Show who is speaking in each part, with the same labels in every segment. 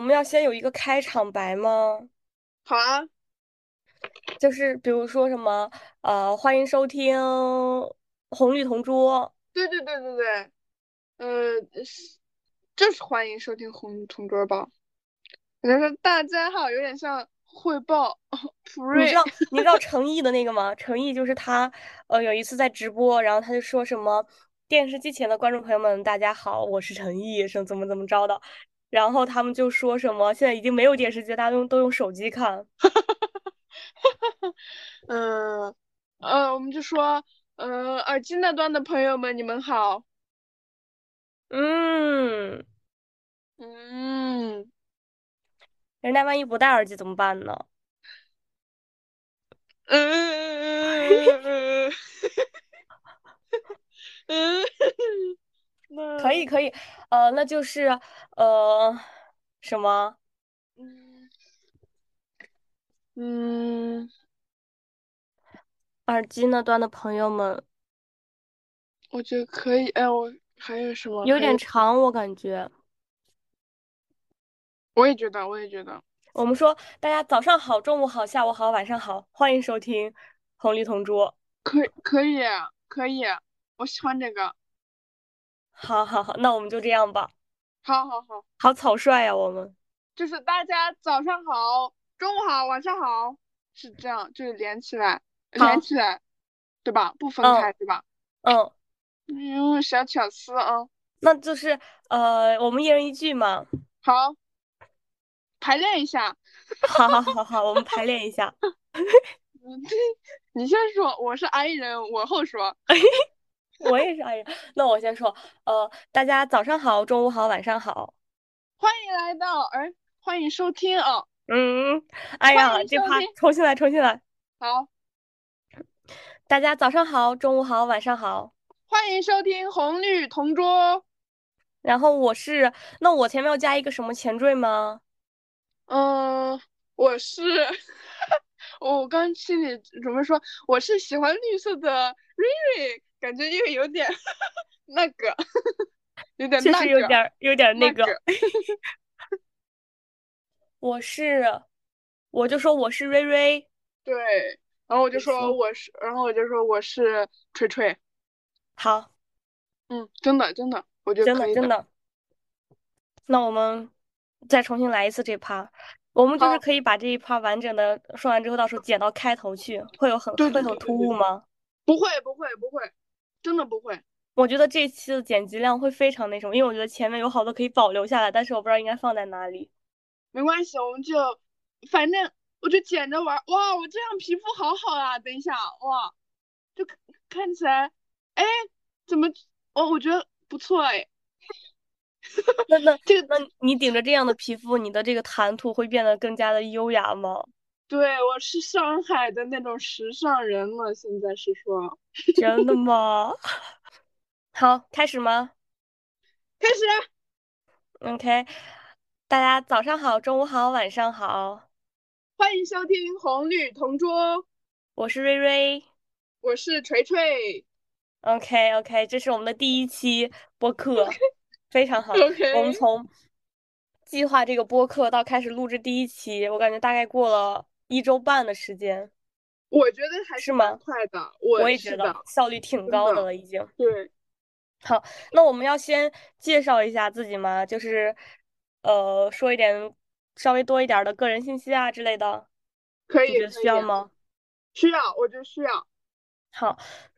Speaker 1: 们要先有一个开场白吗？
Speaker 2: 好啊，
Speaker 1: 就是比如说什么，呃，欢迎收听红绿同桌。
Speaker 2: 对对对对对，呃，是就是欢迎收听红同桌吧。我就说大家好，有点像汇报 普
Speaker 1: 你
Speaker 2: 瑞
Speaker 1: 知道你知道陈毅的那个吗？陈毅就是他，呃，有一次在直播，然后他就说什么电视机前的观众朋友们，大家好，我是陈毅，什么怎么怎么着的，然后他们就说什么现在已经没有电视机了，大家都用都用手机看。
Speaker 2: 嗯呃，我们就说，呃，耳机那端的朋友们，你们好。
Speaker 1: 嗯，
Speaker 2: 嗯，
Speaker 1: 人家万一不戴耳机怎么办呢？
Speaker 2: 呃嗯嗯，
Speaker 1: 可以
Speaker 2: 那
Speaker 1: 可以，呃，那就是呃什么？
Speaker 2: 嗯嗯，
Speaker 1: 耳机那端的朋友们
Speaker 2: 我觉得可以。哎，我还有什么？
Speaker 1: 有
Speaker 2: 还
Speaker 1: 点
Speaker 2: 有，
Speaker 1: 长，我感觉。
Speaker 2: 我也觉得，我也觉得。
Speaker 1: 我们说大家早上好，中午好，下午好，晚上好，欢迎收听红绿同桌。
Speaker 2: 可以可以可以，我喜欢这个。
Speaker 1: 好好好，那我们就这样吧。
Speaker 2: 好好好，
Speaker 1: 好草率呀、我们。
Speaker 2: 就是大家早上好，中午好，晚上好，是这样，就是连起来，连
Speaker 1: 好，
Speaker 2: 起来，对吧？不分
Speaker 1: 嗯
Speaker 2: 开，对吧？
Speaker 1: 嗯，
Speaker 2: 嗯，小巧思啊，
Speaker 1: 那就是呃，我们一人一句嘛。
Speaker 2: 好，排练一下。
Speaker 1: 好好好好，我们排练一下。
Speaker 2: 嗯，你先说，我是 i 人，我后说。
Speaker 1: 我也是 i 人，那我先说，呃，大家早上好，中午好，晚上好。
Speaker 2: 欢迎来到，哎，欢迎收听啊，
Speaker 1: 嗯，哎
Speaker 2: 欢
Speaker 1: 呀，
Speaker 2: 迎
Speaker 1: 这
Speaker 2: 收
Speaker 1: 趴
Speaker 2: 听。
Speaker 1: 重新来，重新来。
Speaker 2: 好，
Speaker 1: 大家早上好，中午好，晚上好。
Speaker 2: 欢迎收听红绿同桌。
Speaker 1: 然后我是，那我前面要加一个什么前缀吗？
Speaker 2: 嗯，我是，我刚心里准备说我是喜欢绿色的瑞瑞，感觉又有点那个， 有点
Speaker 1: 确
Speaker 2: 那
Speaker 1: 实有
Speaker 2: 个
Speaker 1: 点儿，有点儿那
Speaker 2: 那
Speaker 1: 个。
Speaker 2: 个。
Speaker 1: 我是，我就说我是瑞瑞，
Speaker 2: 对，然后我就
Speaker 1: 你
Speaker 2: 说
Speaker 1: 说
Speaker 2: 我是，然后我就说我是锤锤。
Speaker 1: 好，
Speaker 2: 嗯，真的真的，我觉得
Speaker 1: 真
Speaker 2: 可
Speaker 1: 的
Speaker 2: 以
Speaker 1: 真
Speaker 2: 的。
Speaker 1: 的。那我们再重新来一次这趴，我们就是
Speaker 2: 好，
Speaker 1: 可以把这一趴完整的说完之后，到时候剪到开头去，会有很
Speaker 2: 对
Speaker 1: 会
Speaker 2: 对
Speaker 1: 很
Speaker 2: 对
Speaker 1: 突
Speaker 2: 对
Speaker 1: 兀
Speaker 2: 对，
Speaker 1: 吗？
Speaker 2: 不会不会不会，真的不会。
Speaker 1: 我觉得这期的剪辑量会非常那什么，因为我觉得前面有好多可以保留下来，但是我不知道应该放在哪里。
Speaker 2: 没关系，我们就反正我就捡着玩儿。哇，我这样皮肤好好啊！等一下，哇，就看看起来，哎，怎么？哦，我觉得不错哎，
Speaker 1: 那那
Speaker 2: 这个
Speaker 1: 那你顶着这样的皮肤，你的这个谈吐会变得更加的优雅吗？
Speaker 2: 对我是上海的那种时尚人了，现在是说
Speaker 1: 真的吗？好，开始吗
Speaker 2: 开始。
Speaker 1: ？OK，大家早上好，中午好，晚上好，
Speaker 2: 欢迎收听《红绿同桌》，
Speaker 1: 我是瑞瑞。
Speaker 2: 我是锤锤。
Speaker 1: o k o k 这是我们的第一期播客，非常 好。嗯我们
Speaker 2: OK，
Speaker 1: 从计划这个播客到开始录制第一期，我感觉大概过了一周半的时间，
Speaker 2: 我觉得还
Speaker 1: 是
Speaker 2: 是蛮
Speaker 1: 吗？
Speaker 2: 快的。
Speaker 1: 我
Speaker 2: 我
Speaker 1: 也觉
Speaker 2: 是
Speaker 1: 得
Speaker 2: 的，
Speaker 1: 效率挺
Speaker 2: 真
Speaker 1: 高的
Speaker 2: 的，
Speaker 1: 了，已经。
Speaker 2: 对，
Speaker 1: 好，那我们要先介绍一下自己吗？就是，呃，说一点稍微多一点儿的个人信息啊之类的，
Speaker 2: 可
Speaker 1: 你
Speaker 2: 以
Speaker 1: 觉得
Speaker 2: 可
Speaker 1: 需
Speaker 2: 以，啊
Speaker 1: 要吗？
Speaker 2: 需要，我就需要。
Speaker 1: 好，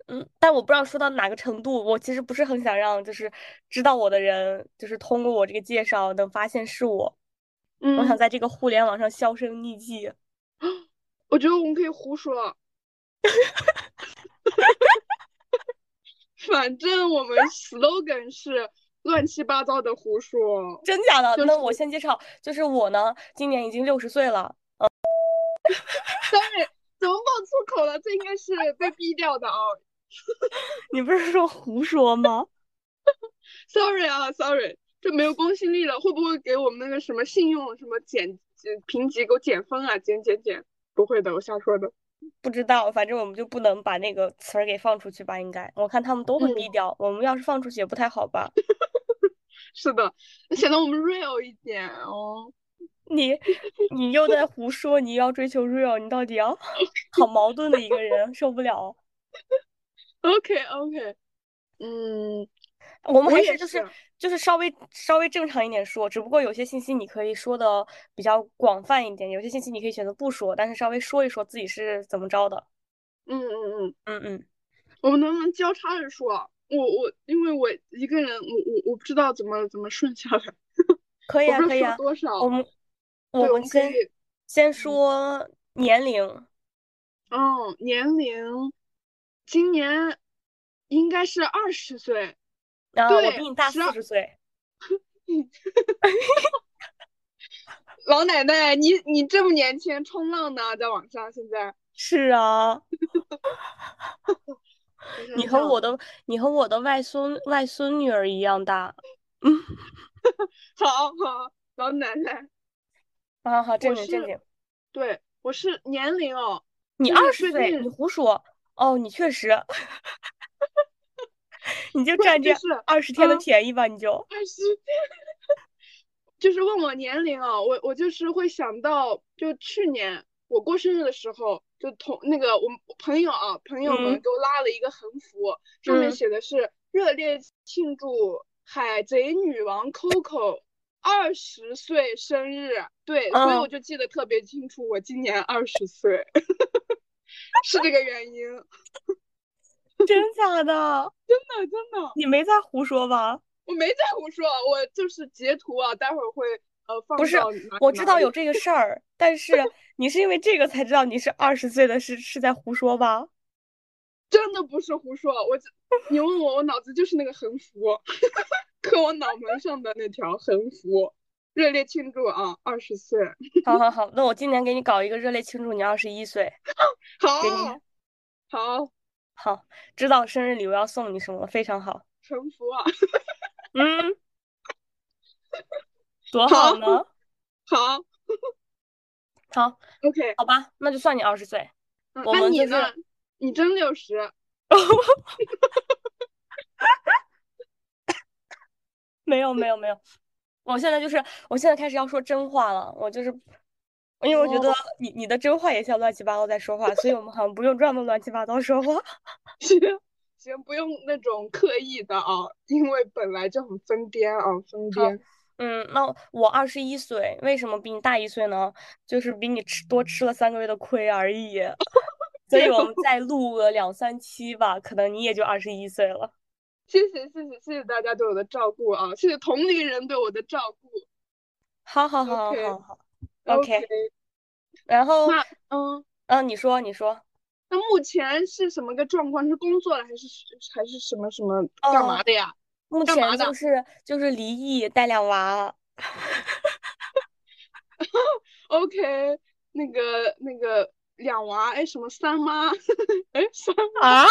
Speaker 1: 嗯，但我不知道说到哪个程度，我其实不是很想让就是知道我的人，就是通过我这个介绍能发现是我，我想
Speaker 2: 嗯。
Speaker 1: 在这个互联网上销声匿迹。
Speaker 2: 我觉得我们可以胡说， 反正我们 slogan 是乱七八糟的胡说，
Speaker 1: 真假的？
Speaker 2: 就
Speaker 1: 那
Speaker 2: 是
Speaker 1: 我先介绍，就是我呢，今年已经六十岁了。
Speaker 2: sorry，怎么爆粗口了？这应该是被逼掉的啊
Speaker 1: 你不是说胡说吗？
Speaker 2: ，sorry 啊，sorry，这没有公信力了，会不会给我们那个什么信用什么减减评级给我减分啊？减减减，不会的，我瞎说的。
Speaker 1: 不知道，反正我们就不能把那个词儿给放出去吧？应该，我看他们都会
Speaker 2: 嗯，
Speaker 1: 逼掉，我们要是放出去也不太好吧？
Speaker 2: 是的，显得我们 real 一点哦。
Speaker 1: 你你又在胡说，你又要追求 real，你到底 要好矛盾的一个人，受不了。
Speaker 2: OK OK，嗯，
Speaker 1: 我们
Speaker 2: 我
Speaker 1: 还
Speaker 2: 也
Speaker 1: 是就是
Speaker 2: 是，
Speaker 1: 就是稍微稍微正常一点说，只不过有些信息你可以说的比较广泛一点，有些信息你可以选择不说，但是稍微说一说自己是怎么着的。
Speaker 2: 嗯嗯嗯，
Speaker 1: 嗯嗯，
Speaker 2: 我们能不能交叉着说？啊我我因为我一个人，我我我不知道怎么怎么顺下来，
Speaker 1: 可以
Speaker 2: 我
Speaker 1: 啊，
Speaker 2: 不知
Speaker 1: 可以
Speaker 2: 道说
Speaker 1: 啊。
Speaker 2: 多
Speaker 1: 我
Speaker 2: 少。
Speaker 1: 们我
Speaker 2: 对，我
Speaker 1: 们
Speaker 2: 们可
Speaker 1: 先
Speaker 2: 以，
Speaker 1: 先
Speaker 2: 嗯
Speaker 1: 说年龄，
Speaker 2: 嗯，年龄，今年应该是二十岁，
Speaker 1: 啊，我比
Speaker 2: 对，
Speaker 1: 你大
Speaker 2: 十
Speaker 1: 四
Speaker 2: 二，
Speaker 1: 十岁。
Speaker 2: 老奶奶，你你这么年轻，冲浪呢，在网上现在，
Speaker 1: 是啊，
Speaker 2: 我想
Speaker 1: 你和
Speaker 2: 想，
Speaker 1: 我的你和我的外孙外孙女儿一样大。嗯，
Speaker 2: 好好，老奶奶，
Speaker 1: 啊好好，
Speaker 2: 我
Speaker 1: 正经正
Speaker 2: 是，
Speaker 1: 经。
Speaker 2: 对，我是年龄哦，
Speaker 1: 你
Speaker 2: 就
Speaker 1: 二
Speaker 2: 是
Speaker 1: 十
Speaker 2: 最
Speaker 1: 岁，你
Speaker 2: 近，
Speaker 1: 胡说。哦，你确实， 你就
Speaker 2: 对，
Speaker 1: 占
Speaker 2: 就
Speaker 1: 这
Speaker 2: 是，
Speaker 1: 二十天的
Speaker 2: 嗯，
Speaker 1: 便宜吧，你 就。
Speaker 2: 二十，就是问我年龄啊，我我就是会想到，就去年我过生日的时候，就同那个我们朋友啊，朋友们
Speaker 1: 嗯
Speaker 2: 给我拉了一个横幅，上面
Speaker 1: 嗯，
Speaker 2: 写的是热烈庆祝海贼女王 Coco 二十岁生日。对，所以
Speaker 1: 嗯，
Speaker 2: 我就记得特别清楚，我今年二十岁， 是这个 原因。
Speaker 1: 真假的？
Speaker 2: 真的，真的。
Speaker 1: 你没在胡说吧？
Speaker 2: 我没在胡说，啊我就是截图啊，待会儿会呃
Speaker 1: 不
Speaker 2: 放
Speaker 1: 是，
Speaker 2: 到哪
Speaker 1: 我知
Speaker 2: 哪
Speaker 1: 道有
Speaker 2: 里。
Speaker 1: 这个事儿，但 是你是因为这个才知道你是二十岁的是，是在胡说 吧？
Speaker 2: 真的不是胡说，我这你问我，我脑子就是那个横幅，刻我脑门上的那条横幅，热烈庆祝啊，二十岁，
Speaker 1: 好好好，那我今年给你搞一个热烈庆祝你二十一岁，给你
Speaker 2: 好，好，
Speaker 1: 好，知道生日礼物要送你什么了，非常好。
Speaker 2: 臣服啊，
Speaker 1: 嗯，多好
Speaker 2: 好，
Speaker 1: 呢。
Speaker 2: 好
Speaker 1: 好，
Speaker 2: ，OK，
Speaker 1: 好吧，那就算你二十岁。
Speaker 2: 嗯，
Speaker 1: 我
Speaker 2: 那
Speaker 1: 们
Speaker 2: 你
Speaker 1: 就
Speaker 2: 呢？
Speaker 1: 是，
Speaker 2: 你真六十，
Speaker 1: 没有没有没有，我现在就是我现在开始要说真话了，我就是因为我觉得
Speaker 2: 哦，
Speaker 1: 你你的真话也像乱七八糟在说话，所以我们好像不用专门乱七八糟说话。
Speaker 2: 行行，不用那种刻意的啊，因为本来就很疯癫啊，疯
Speaker 1: 好，
Speaker 2: 癫，
Speaker 1: 嗯，那我二十一岁，为什么比你大一岁呢？就是比你吃多吃了三个月的亏而已， 所
Speaker 2: 没
Speaker 1: 以
Speaker 2: 有，
Speaker 1: 我们再录个两三期吧，可能你也就二十一岁了。
Speaker 2: 谢谢谢谢谢谢大家对我的照顾啊，谢谢同龄人对我的照顾
Speaker 1: 好好好
Speaker 2: ，OK
Speaker 1: 好好
Speaker 2: OK，
Speaker 1: ，OK。然后，
Speaker 2: 那嗯。
Speaker 1: 嗯，你说你说，
Speaker 2: 那目前是什么个状况？是工作了还是还是什么什么干嘛
Speaker 1: 哦，
Speaker 2: 的呀？
Speaker 1: 目
Speaker 2: 干
Speaker 1: 前
Speaker 2: 嘛
Speaker 1: 就
Speaker 2: 的？
Speaker 1: 是就是离异带俩娃，
Speaker 2: OK，那个那个两娃，哎，什么三妈？ 哎，三妈，
Speaker 1: 啊，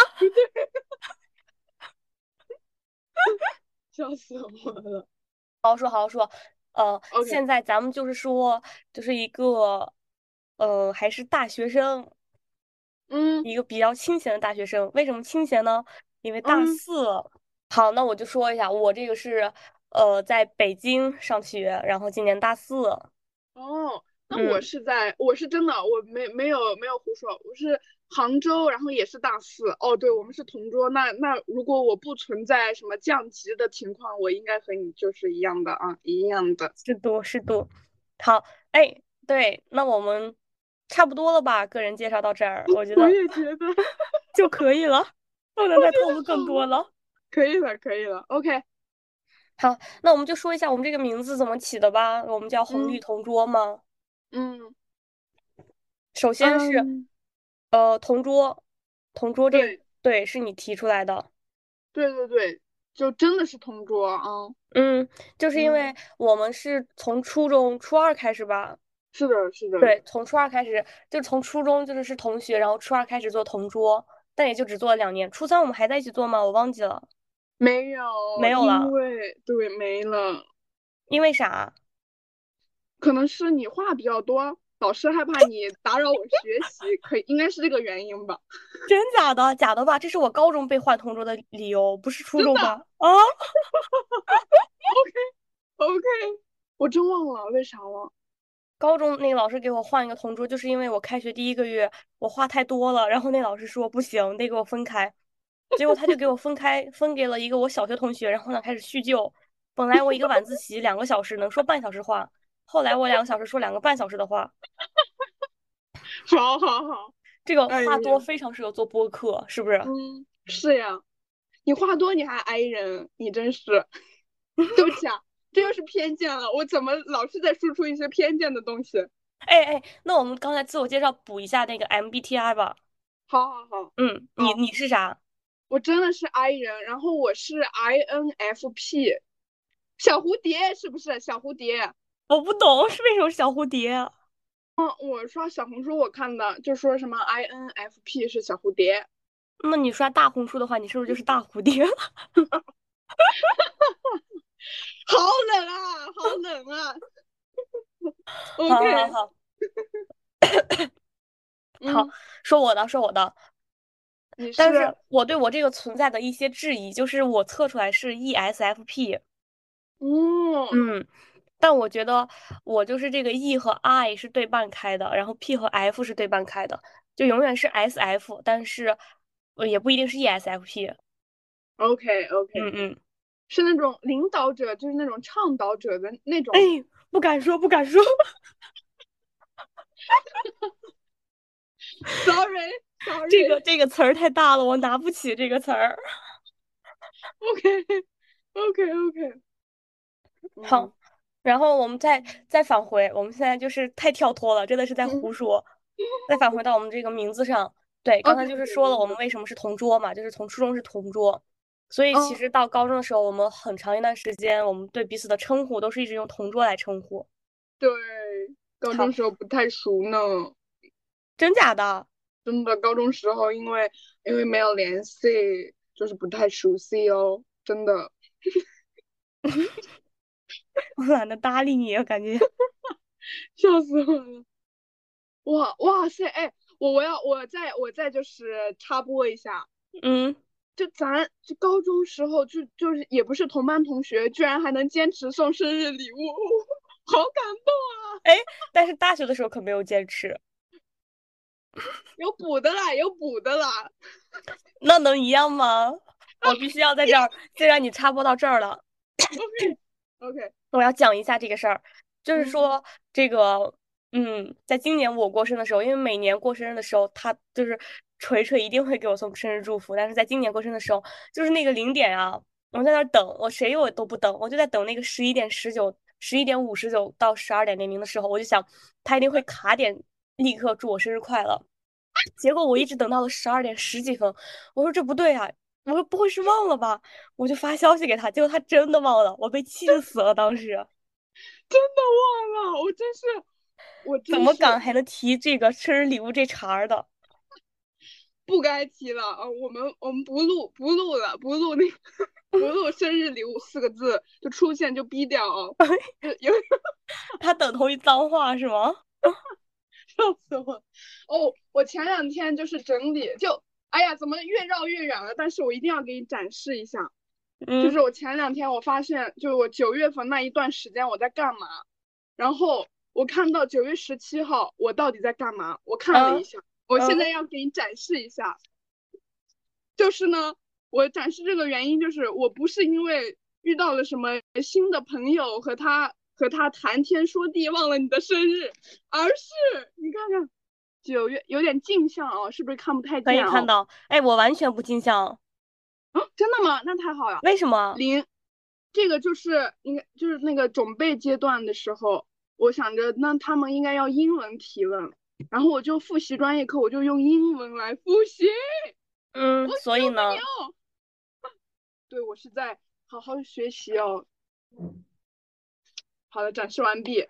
Speaker 2: 笑死我了。
Speaker 1: 好好说好好说，呃，
Speaker 2: OK，
Speaker 1: 现在咱们就是说，就是一个，呃，还是大学生，
Speaker 2: 嗯
Speaker 1: 一个比较清闲的大学生。为什么清闲呢？因为大
Speaker 2: 嗯
Speaker 1: 四了。好，那我就说一下，我这个是，呃，在北京上学，然后今年大四。
Speaker 2: 哦，那我
Speaker 1: 嗯，
Speaker 2: 是在，我是真的，我没没有没有胡说，我是杭州，然后也是大四。哦，对，我们是同桌。那那如果我不存在什么降级的情况，我应该和你就是一样的啊，一样的。
Speaker 1: 是多是多。好，哎，对，那我们差不多了吧？个人介绍到这儿，我觉
Speaker 2: 我
Speaker 1: 得
Speaker 2: 也觉得， 我觉
Speaker 1: 就可以了，不能再透露更
Speaker 2: 得好。
Speaker 1: 多了。
Speaker 2: 可以了，可以了，OK，
Speaker 1: 好，那我们就说一下我们这个名字怎么起的吧。我们叫红绿
Speaker 2: 嗯
Speaker 1: 同桌吗？
Speaker 2: 嗯
Speaker 1: 首先是，
Speaker 2: 嗯，
Speaker 1: 呃，同桌，同桌这个，
Speaker 2: 对
Speaker 1: 对，是你提出来的。
Speaker 2: 对对对，就真的是同桌啊，
Speaker 1: 嗯，就是因为
Speaker 2: 嗯，
Speaker 1: 我们是从初中初二开始吧，
Speaker 2: 是的，是的，
Speaker 1: 对，从初二开始，就从初中就是是同学，然后初二开始做同桌，但也就只做了两年。初三我们还在一起做吗？我忘记了，
Speaker 2: 没
Speaker 1: 没
Speaker 2: 有，
Speaker 1: 有
Speaker 2: 因
Speaker 1: 了，
Speaker 2: 为对没了，
Speaker 1: 因为啥？
Speaker 2: 可能是你话比较多，老师害怕你打扰我学习，可以应该是这个原因吧？
Speaker 1: 真假的？假的吧？这是我高中被换同桌的理由，不是初
Speaker 2: 真
Speaker 1: 中
Speaker 2: 的
Speaker 1: 吧？啊，
Speaker 2: ，OK，我真忘了为啥了，
Speaker 1: 高中那个老师给我换一个同桌，就是因为我开学第一个月我话太多了，然后那老师说不行，得给我分开，结果他就给我分开，分给了一个我小学同学，然后呢开始叙旧。本来我一个晚自习两个小时能说半小时话，后来我两个小时说两个半小时的话，
Speaker 2: 好好好，
Speaker 1: 这个
Speaker 2: 哎
Speaker 1: 话
Speaker 2: 呀，
Speaker 1: 多非常适合做播客，是不是？
Speaker 2: 嗯，是呀，你话多你还 i 人，你真是， 对不起啊，这又是偏见了，我怎么老是在输出一些偏见的东西？
Speaker 1: 哎哎，那我们刚才自我介绍补一下那个 MBTI 吧。
Speaker 2: 好好好，
Speaker 1: 嗯，你
Speaker 2: 好，
Speaker 1: 你是啥？
Speaker 2: 我真的是 i 人，然后我是 INFP，小蝴蝶是不是小蝴蝶？
Speaker 1: 我不懂是为什么是小蝴蝶啊？
Speaker 2: 嗯，我刷小红书我看的，就说什么 INFP 是小蝴蝶。
Speaker 1: 那你刷大红书的话，你是不是就是大蝴 蝶？
Speaker 2: 好冷啊，好冷啊。
Speaker 1: 好好
Speaker 2: OK，
Speaker 1: 好好，
Speaker 2: 嗯，
Speaker 1: 说我的，说我的。
Speaker 2: 你
Speaker 1: 但
Speaker 2: 是
Speaker 1: 是我对我这个存在的一些质疑，就是我测出来是 E ESFP，
Speaker 2: 嗯，
Speaker 1: 嗯，但我觉得我就是这个 E 和 I 是对半开的，然后 P 和 F 是对半开的，就永远是 SF，但是呃也不一定是 ESFP，
Speaker 2: OK OK，
Speaker 1: 嗯嗯，
Speaker 2: 是那种领导者，就是那种倡导者的那
Speaker 1: 哎，
Speaker 2: 种。
Speaker 1: 不敢说，不敢说。
Speaker 2: Sorry
Speaker 1: 这个
Speaker 2: Sorry
Speaker 1: 这个词儿太大了，我拿不起这个词儿。
Speaker 2: OK OK OK，嗯，
Speaker 1: 好，然后我们再再返回，我们现在就是太跳脱了，真的是在
Speaker 2: 嗯
Speaker 1: 胡说。再返回到我们这个名字上，哦对，刚
Speaker 2: ，OK
Speaker 1: 才就是
Speaker 2: OK，
Speaker 1: 说了
Speaker 2: 名
Speaker 1: 我们
Speaker 2: 字，
Speaker 1: 为什么是同桌嘛，就是从初中是同桌，所以其
Speaker 2: 嗯
Speaker 1: 实到高中的时候，我们很长一段时间，我们对彼此的称呼都是一直用同桌来称呼。
Speaker 2: 对，高中
Speaker 1: 好，
Speaker 2: 时候不太熟呢，
Speaker 1: 真假的？
Speaker 2: 真的，高中时候因为因为没有联系，就是不太熟悉哦，真的。
Speaker 1: 我懒得搭理你，我感觉。
Speaker 2: 笑死我了！哇哇塞，哎，我我要我再我再就是插播一下，
Speaker 1: 嗯，
Speaker 2: 就咱就高中时候就就是也不是同班同学，居然还能坚持送生日礼物，好感动啊！
Speaker 1: 哎，但是大学的时候可没有坚持，
Speaker 2: 有补的啦，有补的啦！
Speaker 1: 那能一样吗？ 我必须要在这儿，既然你插播到这儿了。
Speaker 2: OK OK，
Speaker 1: 我要讲一下这个事儿，就是
Speaker 2: 嗯
Speaker 1: 说这个，嗯，在今年我过生日的时候，因为每年过生日的时候，他就是锤锤一定会给我送生日祝福，但是在今年过生日的时候，就是那个零点啊，我在那儿等，我谁我都不等，我就在等那个十一点十九、十一点五十九到十二点零零的时候，我就想他一定会卡点立刻祝我生日快乐，结果我一直等到了十二点十几分，我说这不对啊，我说不会是忘了吧？我就发消息给他，结果他真的忘了，我被气死了。当时
Speaker 2: 真的忘了，我真是，我
Speaker 1: 怎
Speaker 2: 真
Speaker 1: 么
Speaker 2: 是
Speaker 1: 敢还能提这个生日礼物这茬儿的？
Speaker 2: 不该提了啊！我们我们不录不录了，不录那个不录生日礼物四个字，就出现就逼掉哦，有有。
Speaker 1: 他等同于脏话是吗？
Speaker 2: 笑死我了！哦，我前两天就是整理，就哎呀，怎么越绕越远了？但是我一定要给你展示一下，就
Speaker 1: 嗯，
Speaker 2: 是我前两天我发现，就是我九月份那一段时间我在干嘛，然后我看到九月十七号我到底在干嘛，我看了一
Speaker 1: 嗯
Speaker 2: 下，我现在
Speaker 1: 嗯
Speaker 2: 要给你展示一下，就是呢，我展示这个原因就是我不是因为遇到了什么新的朋友和他和他谈天说地忘了你的生日，而是你看看九月有点镜像哦，是不是看不太
Speaker 1: 可以
Speaker 2: 见
Speaker 1: 看
Speaker 2: 哦？
Speaker 1: 到。哎，我完全不进项，
Speaker 2: 啊，真的吗？那太好了，
Speaker 1: 为什么？
Speaker 2: 零，这个就是应该就是那个准备阶段的时候，我想着那他们应该要英文提问，然后我就复习专业课，我就用英文来复习，
Speaker 1: 嗯，
Speaker 2: 我
Speaker 1: 所以
Speaker 2: 救
Speaker 1: 呢，
Speaker 2: 命！对，我是在好好学习哦。好的，展示完毕。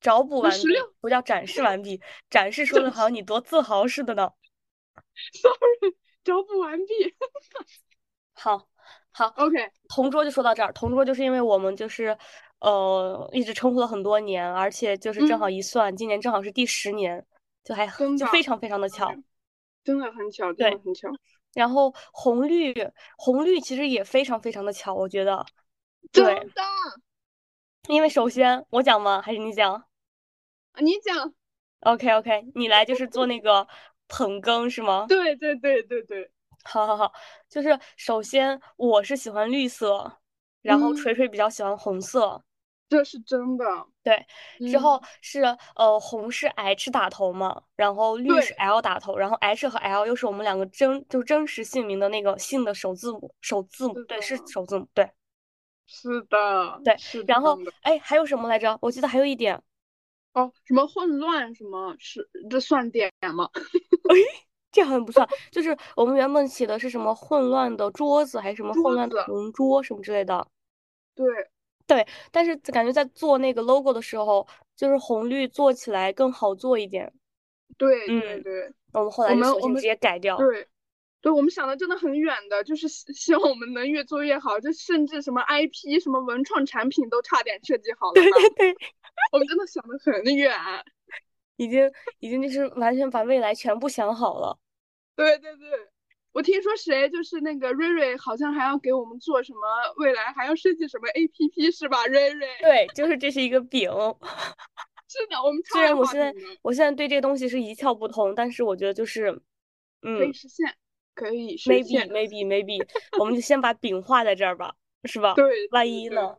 Speaker 1: 找补
Speaker 2: 那
Speaker 1: 完
Speaker 2: 十
Speaker 1: 毕，
Speaker 2: 六
Speaker 1: 不叫展示完毕，展示说
Speaker 2: 展
Speaker 1: 的好
Speaker 2: 示
Speaker 1: 像你多自豪似的呢。
Speaker 2: ，sorry，找补完毕。
Speaker 1: 好，好，
Speaker 2: OK，
Speaker 1: 同桌就说到这儿。同桌就是因为我们就是，呃，一直称呼了很多年，而且就是正好
Speaker 2: 嗯，
Speaker 1: 一算，今年正好是第十年，就还很
Speaker 2: 真
Speaker 1: 就
Speaker 2: 的
Speaker 1: 非常非常的啊巧。
Speaker 2: ，OK，真的很巧，真的
Speaker 1: 对，
Speaker 2: 很巧，
Speaker 1: 然后红绿红绿其实也非常非常的巧，我觉得。
Speaker 2: 真
Speaker 1: 对，
Speaker 2: 的。
Speaker 1: 因为首先我讲吗？还是你讲？
Speaker 2: 啊你讲，
Speaker 1: OK OK，你来就是做那个捧哏是吗？
Speaker 2: 对对对对对，
Speaker 1: 好好好，就是首先我是喜欢绿色，然后
Speaker 2: 嗯，
Speaker 1: 锤锤比较喜欢红色，
Speaker 2: 这是真的，
Speaker 1: 对，之
Speaker 2: 嗯，
Speaker 1: 后是呃红是 H 打头嘛，然后绿是
Speaker 2: 对
Speaker 1: L 打头，然后 H 和 L 又是我们两个真就真实姓名的那个姓的首字母，首字母
Speaker 2: 是
Speaker 1: 对是
Speaker 2: 的，
Speaker 1: 首字母对
Speaker 2: 是的，
Speaker 1: 对，
Speaker 2: 是
Speaker 1: 然后
Speaker 2: 真的。
Speaker 1: 哎还有什么来着？我记得还有一点，
Speaker 2: 哦，什么混乱，什么是这算点吗？
Speaker 1: 这好像不算，就是我们原本写的是什么混乱的桌子，还是什么混
Speaker 2: 桌
Speaker 1: 乱的
Speaker 2: 子，
Speaker 1: 同桌什么之类的。
Speaker 2: 对，
Speaker 1: 对，但是感觉在做那个 logo 的时候，就是红绿做起来更好做一点。
Speaker 2: 对对
Speaker 1: 嗯，
Speaker 2: 对，
Speaker 1: 我们后
Speaker 2: 我
Speaker 1: 来就
Speaker 2: 们
Speaker 1: 索
Speaker 2: 我
Speaker 1: 性直
Speaker 2: 们
Speaker 1: 接改掉。
Speaker 2: 对对，我们想的真的很远的，就是希希望我们能越做越好，就甚至什么 IP、什么文创产品都差点设计好了
Speaker 1: 对
Speaker 2: 呢。
Speaker 1: 对对，
Speaker 2: 我们真的想的很远，
Speaker 1: 已经已经就是完全把未来全部想好了。
Speaker 2: 对对对。我听说谁就是那个瑞瑞，好像还要给我们做什么，未来还要设计什么 APP 是吧？瑞瑞，
Speaker 1: 对，就是这是一个饼。
Speaker 2: 是的，我们超
Speaker 1: 虽
Speaker 2: 爱
Speaker 1: 然我
Speaker 2: 画
Speaker 1: 现在
Speaker 2: 饼的，
Speaker 1: 我现在对这个东西是一窍不通，但是我觉得就是，
Speaker 2: 可以
Speaker 1: 嗯
Speaker 2: 实现，可以实
Speaker 1: ，maybe
Speaker 2: 现。
Speaker 1: maybe maybe，我们就先把饼画在这儿吧，是吧？
Speaker 2: 对
Speaker 1: 万
Speaker 2: 对
Speaker 1: 一
Speaker 2: 对
Speaker 1: 呢？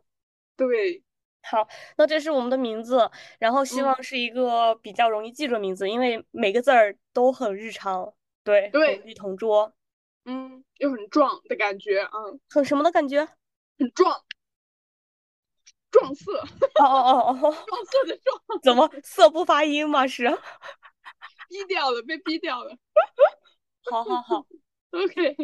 Speaker 2: 对，
Speaker 1: 好，那这是我们的名字，然后希
Speaker 2: 嗯，
Speaker 1: 望是一个比较容易记住的名字，因为每个字儿都很日常。对，红
Speaker 2: 对，
Speaker 1: 绿同桌，
Speaker 2: 嗯，又很壮的感觉，嗯，
Speaker 1: 很什么的感觉？
Speaker 2: 很壮，撞色，
Speaker 1: 哦哦哦 哦，
Speaker 2: 撞色的撞，
Speaker 1: 怎么色不发音吗？是，
Speaker 2: 逼掉了，被逼掉了。
Speaker 1: 好好好
Speaker 2: OK，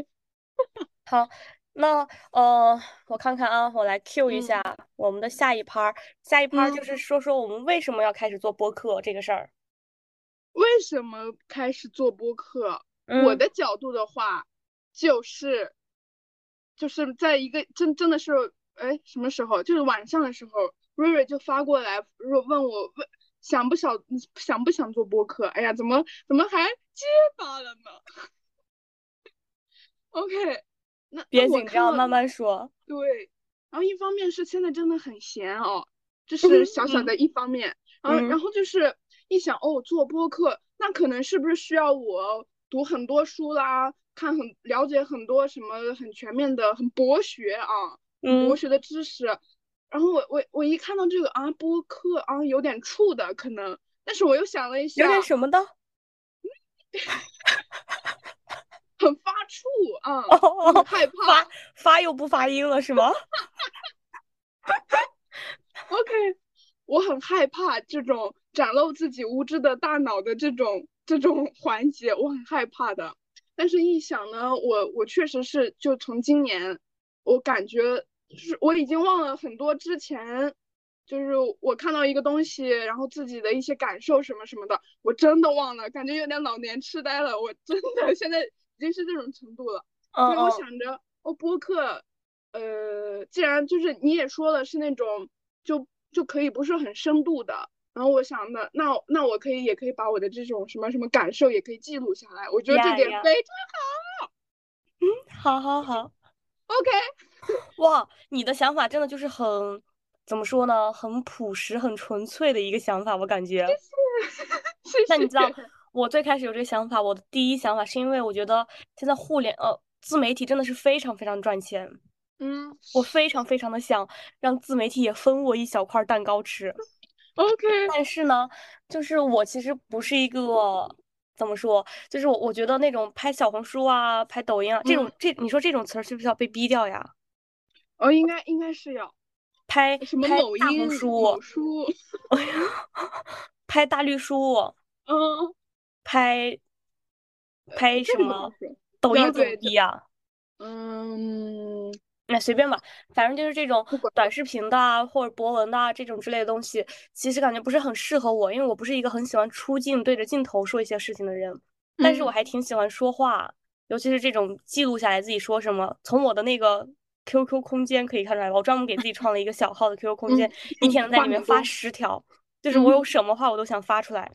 Speaker 1: 好，那呃，我看看啊，我来 Q 一
Speaker 2: 嗯
Speaker 1: 下我们的下一趴儿，下一趴儿就
Speaker 2: 嗯，
Speaker 1: 是说说我们为什么要开始做播客这个事儿。
Speaker 2: 为什么开始做播客？我
Speaker 1: 嗯
Speaker 2: 的角度的话，就是就是在一个真真的是，哎，什么时候？就是晚上的时候，瑞瑞就发过来说问我问想不想想不想做播客？哎呀，怎么怎么还结巴了呢？OK，那那
Speaker 1: 别
Speaker 2: 我
Speaker 1: 紧
Speaker 2: 看
Speaker 1: 张，
Speaker 2: 了。
Speaker 1: 慢慢说。
Speaker 2: 对，然后一方面是现在真的很闲哦，这是
Speaker 1: 嗯
Speaker 2: 小小
Speaker 1: 嗯
Speaker 2: 的一方面，然后然
Speaker 1: 嗯
Speaker 2: 后就是一想哦，做播客，那可能是不是需要我读很多书啦，看很了解很多什么很全面的、很博学啊，很博
Speaker 1: 嗯
Speaker 2: 学的知识。然后我我我一看到这个啊，播客啊，有点怵的可能，但是我又想了一
Speaker 1: 有点
Speaker 2: 下，
Speaker 1: 什么的？ 哦
Speaker 2: 很发怵啊，
Speaker 1: 哦
Speaker 2: 就很
Speaker 1: 哦，
Speaker 2: 害
Speaker 1: 发
Speaker 2: 怕。
Speaker 1: 发又不发音了是 吗？
Speaker 2: OK，我很害怕这种展露自己无知的大脑的这种这种 环节，我很害怕的。但是，一想呢，我我确实是，就从今年，我感觉就是我已经忘了很多之前，就是我看到一个东西，然后自己的一些感受什么什么的，我真的忘了，感觉有点老年痴呆了。我真的现在已经是这种程度了，
Speaker 1: 嗯
Speaker 2: 所以我
Speaker 1: 嗯
Speaker 2: 想着，哦，播客。呃，既然就是你也说了是那种就就可以不是很深度的，然后我想的那那我可以也可以把我的这种什么什么感受也可以记录下来，我觉得这
Speaker 1: 呀
Speaker 2: 点
Speaker 1: 呀，
Speaker 2: 非常
Speaker 1: 嗯好好好，
Speaker 2: OK。
Speaker 1: 哇，你的想法真的就是很，怎么说呢，很朴实、很纯粹的一个想法，我感觉。
Speaker 2: 谢
Speaker 1: 那你
Speaker 2: 谢，
Speaker 1: 知道，我最开始有这个想法，我的第一想法是因为我觉得现在互联呃自媒体真的是非常非常赚钱，
Speaker 2: 嗯
Speaker 1: 我非常非常的想让自媒体也分我一小块儿蛋糕吃。
Speaker 2: ，OK，
Speaker 1: 但是呢，就是我其实不是一个怎么说，就是我我觉得那种拍小红书啊、拍抖音啊这种
Speaker 2: 嗯，
Speaker 1: 这，你说这种词儿需不需要被逼掉呀？
Speaker 2: 哦，应该应该是要
Speaker 1: 拍
Speaker 2: 什么
Speaker 1: 拍
Speaker 2: 某
Speaker 1: 大红
Speaker 2: 音、某
Speaker 1: 书，
Speaker 2: 书，
Speaker 1: 拍大绿书，
Speaker 2: 嗯，
Speaker 1: 拍拍什
Speaker 2: 呃这个怎么
Speaker 1: 么
Speaker 2: 说？
Speaker 1: 抖
Speaker 2: 要
Speaker 1: 音怎么
Speaker 2: 对
Speaker 1: 逼
Speaker 2: 对，
Speaker 1: 呀？
Speaker 2: 嗯，
Speaker 1: 那随便吧，反正就是这种
Speaker 2: 不管
Speaker 1: 短
Speaker 2: 了，
Speaker 1: 视频的啊，或者博文的啊，这种之类的东西，其实感觉不是很适合我，因为我不是一个很喜欢出镜对着镜头说一些事情的人，但是我
Speaker 2: 嗯
Speaker 1: 还挺喜欢说话，尤其是这种记录下来自己说什么，从我的那个 QQ 空间可以看出来吧，我专门给自己创了一个小号的 QQ 空间，
Speaker 2: 嗯
Speaker 1: 一
Speaker 2: 嗯，
Speaker 1: 天能在
Speaker 2: 话
Speaker 1: 里面
Speaker 2: 很
Speaker 1: 发
Speaker 2: 多，
Speaker 1: 十条，就是我有
Speaker 2: 嗯
Speaker 1: 什么话我都想发出来。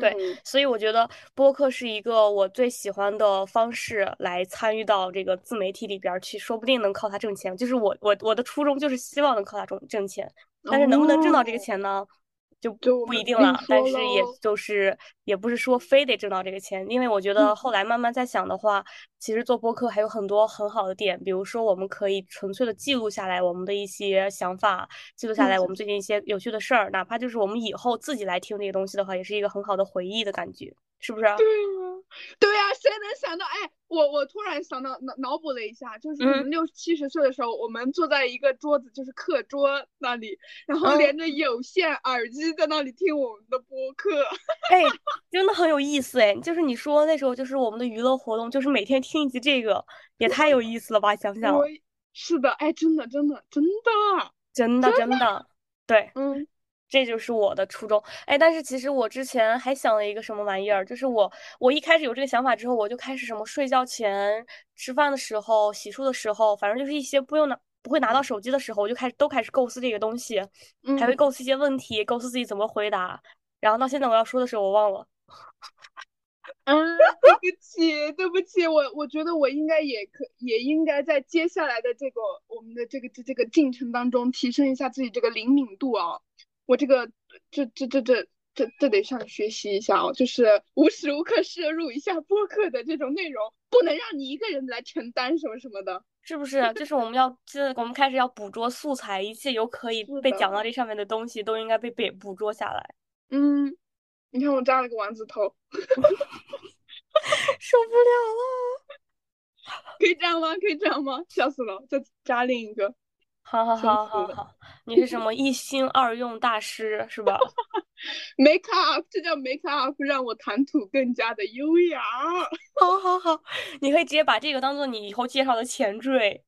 Speaker 1: 对，
Speaker 2: 嗯
Speaker 1: 所以我觉得播客是一个我最喜欢的方式来参与到这个自媒体里边儿去，说不定能靠它挣钱。就是我我我的初衷就是希望能靠它挣挣钱，但是能不能挣到这个
Speaker 2: 哦。
Speaker 1: 钱呢？就
Speaker 2: 就我
Speaker 1: 不一
Speaker 2: 们
Speaker 1: 定
Speaker 2: 另
Speaker 1: 了，但
Speaker 2: 说
Speaker 1: 是也
Speaker 2: 喽。
Speaker 1: 就是也不是说非得挣到这个钱，因为我觉得
Speaker 2: 嗯
Speaker 1: 后来慢慢在想的话，其实做播客还有很多很好的点，比如说我们可以纯粹的记录下来我们的一些想法，记录下
Speaker 2: 嗯
Speaker 1: 来我们最近一些有趣的事儿，哪怕就是我们以后自己来听这个东西的话，也是一个很好的回忆的感觉，是不是啊？
Speaker 2: 对呀， 对呀，谁能想到？哎，我我突然想到，脑脑补了一下，就是我
Speaker 1: 嗯
Speaker 2: 们六七十岁的时候，我们坐在一个桌子，就是课桌那里，然后
Speaker 1: 嗯，
Speaker 2: 连着有线耳机在那里听我们的播客。
Speaker 1: 哎，真的很有意思哎，就是你说那时候就是我们的娱乐活动，就是每天听一集这个，也太有意思了吧，想
Speaker 2: 我
Speaker 1: 想。
Speaker 2: 是的，哎，真的，真的，真的，
Speaker 1: 真的，
Speaker 2: 真
Speaker 1: 真的，对，
Speaker 2: 嗯
Speaker 1: 这就是我的初衷。哎，但是其实我之前还想了一个什么玩意儿，就是我我一开始有这个想法之后，我就开始什么睡觉前、吃饭的时候、洗漱的时候，反正就是一些不用拿不会拿到手机的时候，我就开始都开始构思这个东西，还会
Speaker 2: 嗯，
Speaker 1: 构思一些问题，构思自己怎么回答。然后到现在我要说的时候，我忘了。
Speaker 2: 啊， 对不起，对不起，我我觉得我应该也可也应该在接下来的这个我们的这个这这个进程当中提升一下自己这个灵敏度啊，我这个这这这这这这得上学习一下哦，就是无时无刻摄入一下播客的这种内容，不能让你一个人来承担什么什么的。
Speaker 1: 是不是？就是我们要，现在我们开始要捕捉素材，一切有可以
Speaker 2: 是
Speaker 1: 被
Speaker 2: 的，
Speaker 1: 讲到这上面的东西都应该被被捕捉下来。
Speaker 2: 嗯，你看我扎了个丸子头，
Speaker 1: 受不了了。
Speaker 2: 可以这样吗？可以这样吗？笑死了，再扎另一个，
Speaker 1: 好好
Speaker 2: 生
Speaker 1: 好
Speaker 2: 死
Speaker 1: 好
Speaker 2: 了。
Speaker 1: 好，你是什么一心二用大师是吧？
Speaker 2: make up，这叫 make up，让我谈吐更加的优雅。
Speaker 1: 好好好，你可以直接把这个当做你以后介绍的前缀。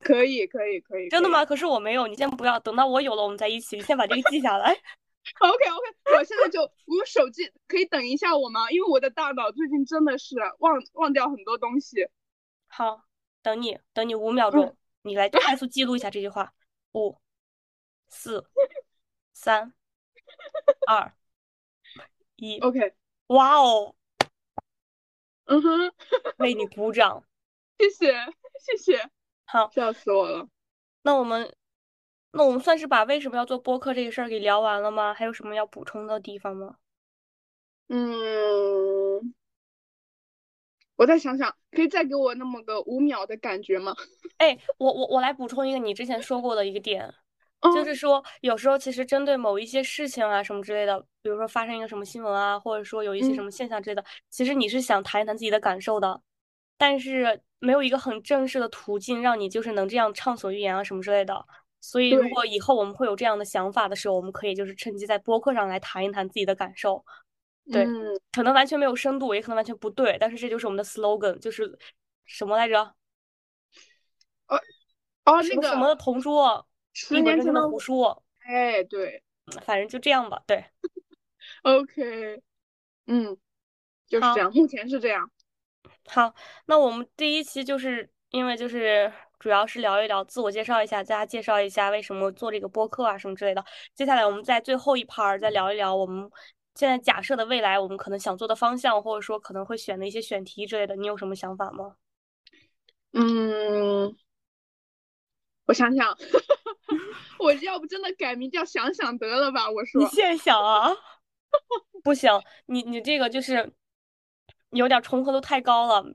Speaker 2: 可以，可以，可以，
Speaker 1: 真
Speaker 2: 可
Speaker 1: 的
Speaker 2: 以。
Speaker 1: 吗？可是我没有，你先不要，等到我有了我们再一起。你先把这个记下来。
Speaker 2: OK，OK，我 现在就我手机可以等一下我吗？因为我的大脑最近真的是忘忘掉很多东西。
Speaker 1: 好，等你，等你五秒
Speaker 2: 嗯，
Speaker 1: 钟，你来快速记录一下这句话。五、四、三、二、一。
Speaker 2: OK，
Speaker 1: 哇哦，
Speaker 2: 嗯哼，
Speaker 1: 为你鼓掌。
Speaker 2: 谢谢，谢谢，
Speaker 1: 好，
Speaker 2: 笑死我了。
Speaker 1: 那我们，那我们算是把为什么要做播客这个事儿给聊完了吗？还有什么要补充的地方吗？
Speaker 2: 嗯，我再想想，可以再给我那么个五秒的感觉吗？
Speaker 1: 哎，我我我来补充一个你之前说过的一个点，就
Speaker 2: 嗯
Speaker 1: 是说有时候其实针对某一些事情啊什么之类的，比如说发生一个什么新闻啊，或者说有一些什
Speaker 2: 嗯
Speaker 1: 么现象之类的，其实你是想谈一谈自己的感受的，但是没有一个很正式的途径让你就是能这样畅所欲言啊什么之类的。所以如
Speaker 2: 对，
Speaker 1: 果以后我们会有这样的想法的时候，我们可以就是趁机在播客上来谈一谈自己的感受。对，
Speaker 2: 嗯，
Speaker 1: 可能完全没有深度，也可能完全不对，但是这就是我们的 slogan，就是什么来着？
Speaker 2: 哦哦，
Speaker 1: 什
Speaker 2: 那
Speaker 1: 么什
Speaker 2: 个
Speaker 1: 么的同桌，
Speaker 2: 十
Speaker 1: 一本
Speaker 2: 年
Speaker 1: 正经
Speaker 2: 前
Speaker 1: 的
Speaker 2: 的
Speaker 1: 胡
Speaker 2: 我，
Speaker 1: 说，
Speaker 2: 哎，对
Speaker 1: 反正就这样吧。对，
Speaker 2: ，OK，嗯，就是这
Speaker 1: 好，
Speaker 2: 样，目前是这样。
Speaker 1: 好，那我们第一期就是因为就是主要是聊一聊自我介绍一下，大家介绍一下为什么做这个播客啊什么之类的。接下来我们在最后一盘儿再聊一聊我们现在假设的未来，我们可能想做的方向，或者说可能会选的一些选题之类的。你有什么想法吗？
Speaker 2: 嗯，我想想， 我要不真的改名叫想想得了吧？我
Speaker 1: 你
Speaker 2: 说，
Speaker 1: 现想啊。 不行，你你这个就是有点儿重合度太高了，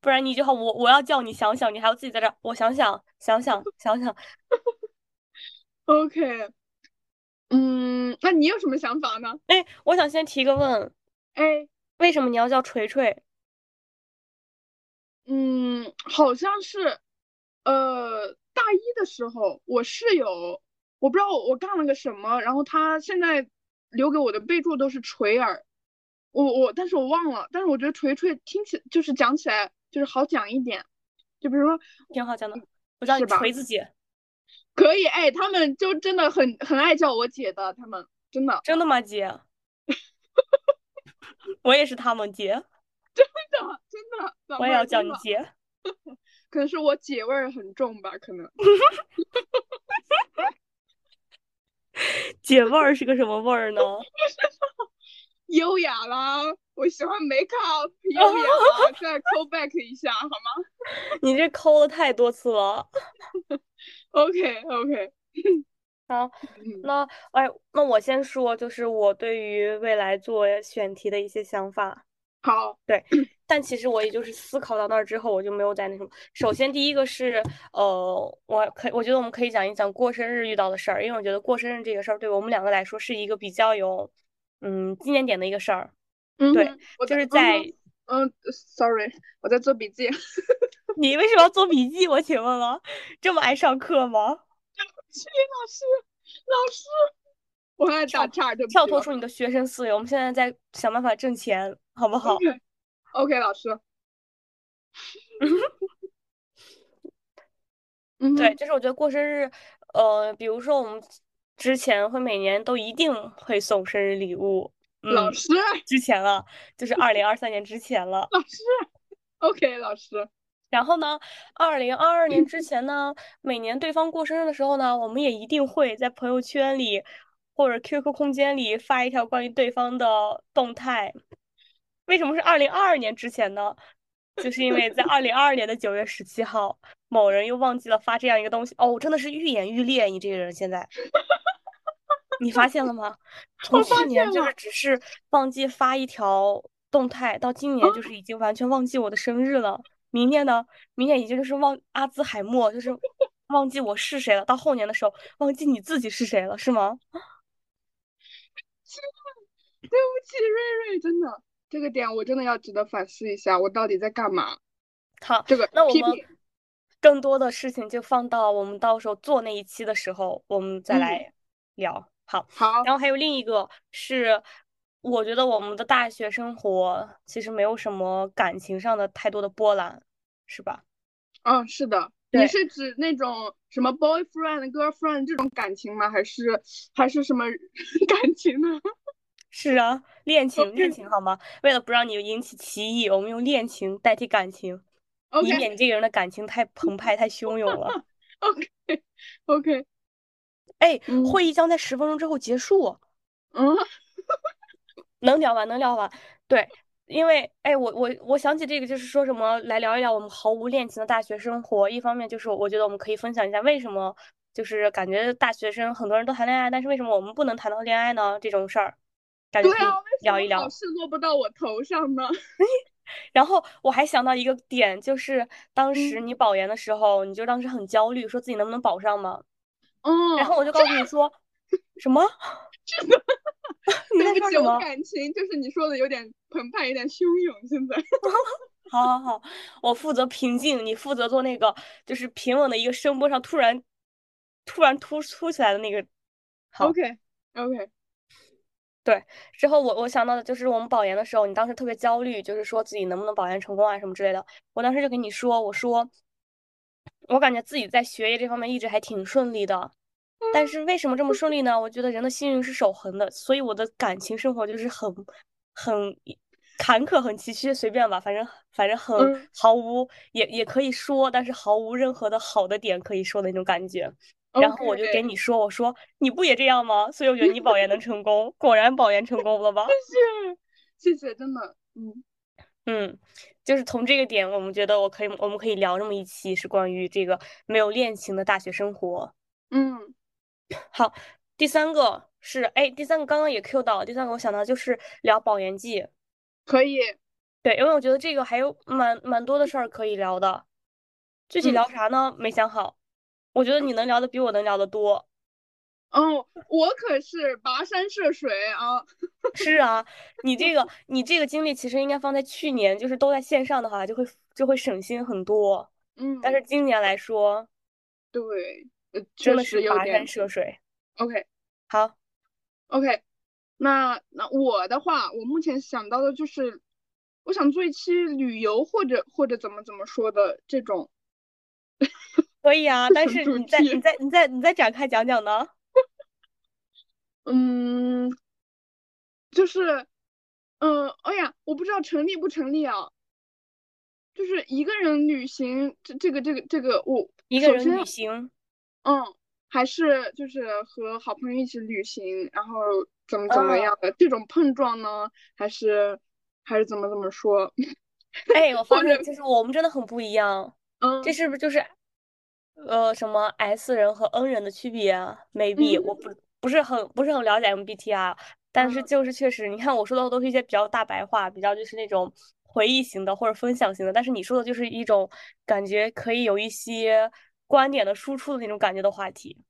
Speaker 1: 不然你就好我我要叫你想想，你还要自己在这儿，我想想想想想想，
Speaker 2: OK，嗯，那你有什么想法呢？
Speaker 1: 哎，我想先提个问，
Speaker 2: 哎，
Speaker 1: 为什么你要叫锤锤？
Speaker 2: 嗯，好像是，呃，大一的时候，我室友，我不知道我干了个什么，然后他现在留给我的备注都是锤儿，我我，但是我忘了，但是我觉得锤锤听起就是讲起来就是好讲一点，就比如说，
Speaker 1: 挺好讲的，我叫你
Speaker 2: 是吧？
Speaker 1: 锤自己，
Speaker 2: 可以，哎，他们就真的很很爱叫我姐的，他们真的
Speaker 1: 真的吗，姐？ 我也是他们姐，
Speaker 2: 真的真的，老
Speaker 1: 我也
Speaker 2: 妹
Speaker 1: 要
Speaker 2: 儿
Speaker 1: 叫
Speaker 2: 真
Speaker 1: 你
Speaker 2: 的，
Speaker 1: 姐。
Speaker 2: 可能是我姐味儿很重吧，可能
Speaker 1: 姐味儿是个什么味儿呢？
Speaker 2: 优雅啦，我喜欢 make up 优雅 啦，再 call back 一下好吗
Speaker 1: 你这抠了太多次了。
Speaker 2: ？OK OK，
Speaker 1: 好，
Speaker 2: 嗯
Speaker 1: 那哎，那我先说，就是我对于未来做选题的一些想法。
Speaker 2: 好，
Speaker 1: 对，但其实我也就是思考到那儿之后，我就没有再那什么。首先，第一个是，呃，我可我觉得我们可以讲一讲过生日遇到的事儿，因为我觉得过生日这个事儿对我们两个来说是一个比较有，嗯，纪念点的一个事儿。
Speaker 2: 嗯
Speaker 1: 对，
Speaker 2: 哼，我
Speaker 1: 就是
Speaker 2: 在，嗯
Speaker 1: 在
Speaker 2: 哼，嗯，sorry，我在做笔记。
Speaker 1: 你为什么要做笔记？我请问了，这么爱上课吗？
Speaker 2: 谢谢老师，老师，我爱打
Speaker 1: 跳
Speaker 2: 岔，对不
Speaker 1: 跳
Speaker 2: 起，
Speaker 1: 脱
Speaker 2: 老师。
Speaker 1: 出你的学生思维，我们现在在想办法挣钱，好不好？
Speaker 2: OK OK，老师， 嗯
Speaker 1: 对，
Speaker 2: 哼，
Speaker 1: 就是我觉得过生日，呃，比如说我们之前会每年都一定会送生日礼物，
Speaker 2: 老
Speaker 1: 嗯，
Speaker 2: 师，
Speaker 1: 之前了，就是二零二三年之前了。
Speaker 2: 老师，OK，老师，
Speaker 1: 然后呢，二零二二年之前呢，每年对方过生日的时候呢，我们也一定会在朋友圈里或者 QQ 空间里发一条关于对方的动态。为什么是二零二二年之前呢？就是因为在二零二二年的九月十七号，某人又忘记了发这样一个东西。哦，我真的是愈演愈烈，你这个人现在。你发现了吗？从
Speaker 2: 我发
Speaker 1: 去年
Speaker 2: 现
Speaker 1: 就是
Speaker 2: 了，
Speaker 1: 只是忘记发一条动态，到今
Speaker 2: 啊，
Speaker 1: 年就是已经完全忘记我的生日了。明年呢，明年已经就是忘阿兹海默，就是忘记我是谁了。到后年的时候，忘记你自己是谁了，是 吗？
Speaker 2: 对不起，瑞瑞，真的，这个点我真的要值得反思一下，我到底在干嘛？
Speaker 1: 好，
Speaker 2: 这个
Speaker 1: 那我
Speaker 2: 批
Speaker 1: 们
Speaker 2: 评，
Speaker 1: 更多的事情就放到我们到时候做那一期的时候，我们再
Speaker 2: 嗯，
Speaker 1: 来聊。好，
Speaker 2: 好，
Speaker 1: 然后还有另一个是，我觉得我们的大学生活其实没有什么感情上的太多的波澜，是吧？
Speaker 2: 嗯，是的，你
Speaker 1: 对，
Speaker 2: 是指那种什么 boyfriend、girlfriend 这种感情吗？还是还是什么 感情呢
Speaker 1: 是啊，
Speaker 2: 哦
Speaker 1: 恋情，恋
Speaker 2: OK
Speaker 1: 情好吗？为了不让你引起歧义，我们用恋情代替感情，以
Speaker 2: OK
Speaker 1: 免你这个人的感情太澎湃、太汹涌 了。
Speaker 2: OK OK，
Speaker 1: 哎，
Speaker 2: 嗯
Speaker 1: 会议将在十分钟之后结束，
Speaker 2: 嗯，
Speaker 1: 能聊完，能聊完。对，因为哎，我我我想起这个，就是说什么来聊一聊我们毫无恋情的大学生活。一方面就是我觉得我们可以分享一下为什么，就是感觉大学生很多人都谈恋爱，但是为什么我们不能谈到恋爱呢？这种事儿，感觉
Speaker 2: 对
Speaker 1: 可
Speaker 2: 啊，
Speaker 1: 以
Speaker 2: 为什
Speaker 1: 聊
Speaker 2: 么
Speaker 1: 一
Speaker 2: 好
Speaker 1: 聊。
Speaker 2: 事落不到我头上呢？
Speaker 1: 然后我还想到一个点，就是当时
Speaker 2: 嗯
Speaker 1: 你保研的时候，你就当时很焦虑，说自己能不能保上嘛。然
Speaker 2: 嗯，
Speaker 1: 后我就
Speaker 2: 这
Speaker 1: 告诉你 说，什么？ 你在
Speaker 2: 对不
Speaker 1: 说
Speaker 2: 起，
Speaker 1: 什
Speaker 2: 我
Speaker 1: 么？
Speaker 2: 感情就是你说的有点澎湃，有点汹涌，现在。
Speaker 1: 好好好，我负责平静，你负责做那个就是平稳的一个声波上突然突然突出起来的那个。好，
Speaker 2: OK OK，
Speaker 1: 对。之后我我想到的就是我们保研的时候，你当时特别焦虑，就是说自己能不能保研成功啊什么之类的。我当时就跟你说，我说我感觉自己在学业这方面一直还挺顺利的，但是为什么这么顺利呢？我觉得人的幸运是守恒的，所以我的感情生活就是很、很坎坷、很崎岖，随便吧，反正反正很
Speaker 2: 嗯
Speaker 1: 毫无也也可以说，但是毫无任何的好的点可以说的那种感觉。然后我就给
Speaker 2: ，OK，
Speaker 1: 你说，我说你不也这样吗？所以我觉得你保研能成功，果然保研成功了吧？
Speaker 2: 谢谢谢谢，真的，嗯
Speaker 1: 嗯，就是从这个点，我们觉得我可以，我们可以聊这么一期，是关于这个没有恋情的大学生活。
Speaker 2: 嗯
Speaker 1: 好，第三个是，哎，第三个刚刚也 Q 到了，第三个我想到就是聊保研季，
Speaker 2: 可以，
Speaker 1: 对，因为我觉得这个还有蛮蛮多的事儿可以聊的，具体
Speaker 2: 嗯
Speaker 1: 聊啥呢？没想好，我觉得你能聊的比我能聊的多。
Speaker 2: 哦，我可是跋山涉水啊，
Speaker 1: 是啊，你这个你这个经历其实应该放在去年，就是都在线上的话，就会就会省心很多，但是
Speaker 2: 嗯，
Speaker 1: 今年来说，
Speaker 2: 对，呃，
Speaker 1: 真
Speaker 2: 确
Speaker 1: 的是
Speaker 2: 实有
Speaker 1: 跋山
Speaker 2: 点
Speaker 1: 涉水。
Speaker 2: ，OK
Speaker 1: 好，
Speaker 2: OK，那那我的话，我目前想到的就是，我想做一期旅游或者或者怎么怎么说的这种
Speaker 1: 可以 啊，
Speaker 2: 这
Speaker 1: 但
Speaker 2: 种
Speaker 1: 是
Speaker 2: 主
Speaker 1: 你再你
Speaker 2: 题，
Speaker 1: 再你再你再展开讲讲呢？
Speaker 2: 嗯，就是，嗯，哎呀，我不知道成立不成立啊。就是一个人旅行，这这个这个这个，我
Speaker 1: 一个
Speaker 2: 首
Speaker 1: 人
Speaker 2: 先，
Speaker 1: 旅行，
Speaker 2: 嗯，还是就是和好朋友一起旅行，然后怎么怎么
Speaker 1: 嗯。
Speaker 2: 样的这种碰撞呢？还是还是怎么怎么说？
Speaker 1: 哎，我
Speaker 2: 或
Speaker 1: 发现
Speaker 2: 者，
Speaker 1: 就是我们真的很不一样，这
Speaker 2: 嗯，
Speaker 1: 是不是就是？呃什么 S 人和 N 人的区别啊？maybe 我
Speaker 2: 嗯
Speaker 1: 不不是很不是很了解 MBTI，啊但是
Speaker 2: 嗯
Speaker 1: 就是确实，你看我说的都是一些比较大白话，比较就是那种回忆型的或者分享型的，但是你说的就是一种感觉可以有一些观点的输出的那种感觉的话题，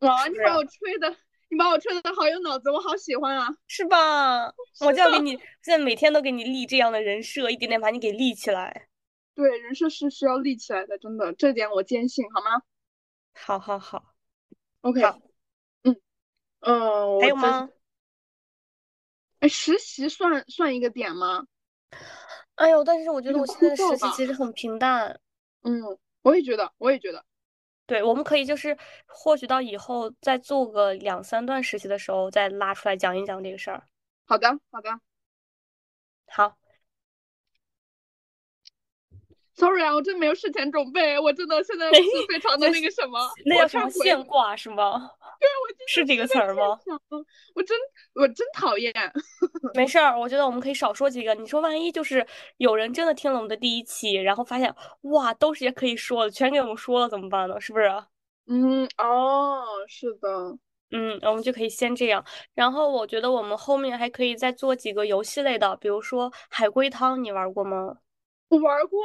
Speaker 2: 哇，
Speaker 1: 是啊不是？
Speaker 2: 你把我吹的，你把我吹的好有脑子，我好喜欢啊！
Speaker 1: 是吧？我 就要给你，现在每天都给你立这样的人设，一点点把你给立起来。
Speaker 2: 对，人设是需要立起来的，真的，这点我坚信，好吗
Speaker 1: 好好好
Speaker 2: ？OK，
Speaker 1: 好，
Speaker 2: 嗯嗯，呃
Speaker 1: 还
Speaker 2: 我
Speaker 1: 有
Speaker 2: 这，
Speaker 1: 吗？
Speaker 2: 哎，实习算算一个点吗？
Speaker 1: 哎呦，但是我觉
Speaker 2: 有
Speaker 1: 得
Speaker 2: 点
Speaker 1: 我现在
Speaker 2: 枯
Speaker 1: 的
Speaker 2: 燥
Speaker 1: 实习
Speaker 2: 吧？
Speaker 1: 其实很平淡。
Speaker 2: 嗯，我也觉得，我也觉得，
Speaker 1: 对，我们可以就是或许到以后再做个两三段实习的时候，再拉出来讲一讲这个事儿。
Speaker 2: 好的，好的
Speaker 1: 好，
Speaker 2: ，sorry 啊，我真没有事前准备，我真的现在是非常的
Speaker 1: 就
Speaker 2: 那
Speaker 1: 是
Speaker 2: 个什么，
Speaker 1: 那
Speaker 2: 我
Speaker 1: 叫什
Speaker 2: 忏
Speaker 1: 么
Speaker 2: 悔，
Speaker 1: 现挂是吗？
Speaker 2: 对，我真
Speaker 1: 是
Speaker 2: 的
Speaker 1: 这
Speaker 2: 是
Speaker 1: 个
Speaker 2: 被
Speaker 1: 词儿 吗？
Speaker 2: 现场，我真我真讨厌，
Speaker 1: 没事儿，我觉得我们可以少说几个。你说万一就是有人真的听了我们的第一期，然后发现哇，都是些可以说的，全给我们说了，怎么办呢？是啊不是？
Speaker 2: 嗯，哦，是的，
Speaker 1: 嗯，我们就可以先这样。然后我觉得我们后面还可以再做几个游戏类的，比如说海龟汤，你玩过吗？
Speaker 2: 我玩过，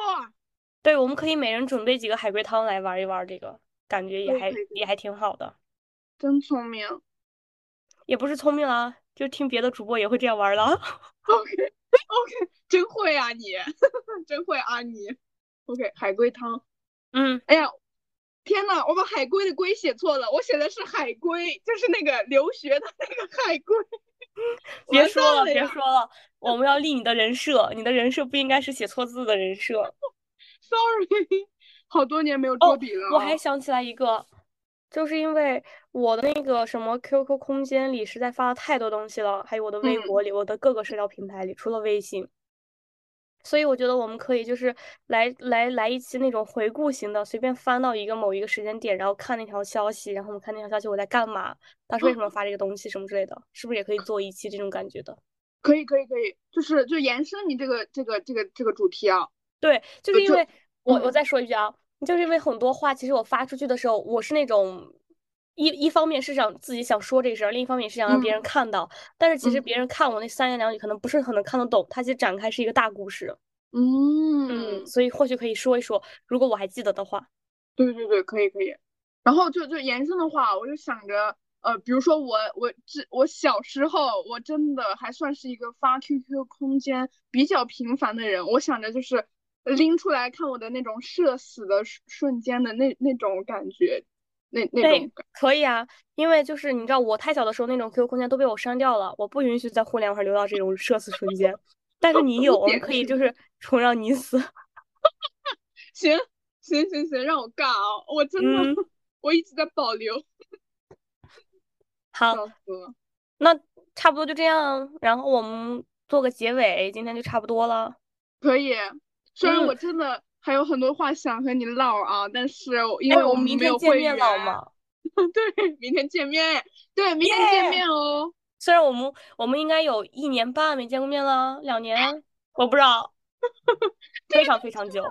Speaker 1: 对，我们可以每人准备几个海龟汤来玩一玩，这个感觉也
Speaker 2: 可以
Speaker 1: 还
Speaker 2: 可以可
Speaker 1: 也
Speaker 2: 以，
Speaker 1: 还挺好嗯的，
Speaker 2: 真聪明
Speaker 1: 也不是聪明啦，就听别的主啊播也会这样玩了。
Speaker 2: ，OK OK，真会啊你， 真会啊你，OK，海龟汤，
Speaker 1: 嗯，
Speaker 2: 哎呀，天呐，我把海龟的龟写错了，我写的是海龟，就是那个留学的那个海 龟，
Speaker 1: 别
Speaker 2: 完
Speaker 1: 说
Speaker 2: 蛋
Speaker 1: 了，
Speaker 2: 了
Speaker 1: 别
Speaker 2: 呀
Speaker 1: 说了，我们要立你的人设，你的人设不应该是写错字的人设。
Speaker 2: ，sorry，好 多年没有
Speaker 1: 哦，
Speaker 2: 捉笔了
Speaker 1: 我还
Speaker 2: 啊，
Speaker 1: 想起来一个，就是因为我的那个什么 QQ 空间里实在发了太多东西了，还有我的微
Speaker 2: 嗯
Speaker 1: 博里，我的各个社交平台里，除了微信，所以我觉得我们可以就是来来来一期那种回顾型的，随便翻到一个某一个时间点，然后看那条消息，然后我们看那条消息我在干嘛，当时为什么发这个东西什么之类的，是不是也可以做一期这种感觉的？
Speaker 2: 可以可以可以，就是就延伸你这个这个这个这个主题啊，
Speaker 1: 对，就
Speaker 2: 就是
Speaker 1: 因
Speaker 2: 就
Speaker 1: 为我我
Speaker 2: 嗯
Speaker 1: 再说一句啊，就是因为很多话，其实我发出去的时候，我是那种一一方面是想自己想说这事儿，另一方面是想让别人
Speaker 2: 嗯
Speaker 1: 看到，但是其实
Speaker 2: 嗯
Speaker 1: 别人看我那三言两语，可能不是很能看得懂，它其实展开是一个大故事。嗯，
Speaker 2: 嗯，
Speaker 1: 所以或许可以说一说，如果我还记得的话。
Speaker 2: 对对对，可以可以，然后就就延伸的话，我就想着。呃，比如说我我这我小时候，我真的还算是一个发 QQ 空间比较频繁的人。我想着就是拎出来看我的那种社死的瞬瞬间的那那种感觉，那那
Speaker 1: 对，
Speaker 2: 种感，
Speaker 1: 可以啊，因为就是你知道，我太小的时候那种 QQ 空间都被我删掉了，我不允许在互联网上留到这种社死瞬间。但是你
Speaker 2: 你
Speaker 1: 有，我们
Speaker 2: 点
Speaker 1: 可以
Speaker 2: 是
Speaker 1: 就
Speaker 2: 吗？
Speaker 1: 是重让你死。
Speaker 2: 行行行行，让我尬啊！我真的
Speaker 1: 嗯，
Speaker 2: 我一直在保留，
Speaker 1: 好，
Speaker 2: 笑死了。
Speaker 1: 那差不多就这样，然后我们做个结尾，今天就差不多了。
Speaker 2: 可以，虽然
Speaker 1: 嗯，
Speaker 2: 我真的还有很多话想和你唠啊，但是我因
Speaker 1: 哎，
Speaker 2: 为
Speaker 1: 我
Speaker 2: 我
Speaker 1: 们
Speaker 2: 们
Speaker 1: 明
Speaker 2: 没
Speaker 1: 天
Speaker 2: 有
Speaker 1: 见
Speaker 2: 会
Speaker 1: 面
Speaker 2: 员，
Speaker 1: 了嘛？
Speaker 2: 对， 明天见面，对，明
Speaker 1: 耶！
Speaker 2: 天见面哦。
Speaker 1: 虽然我们我们应该有一年半没见过面了，两年，我不知道，非常非常久。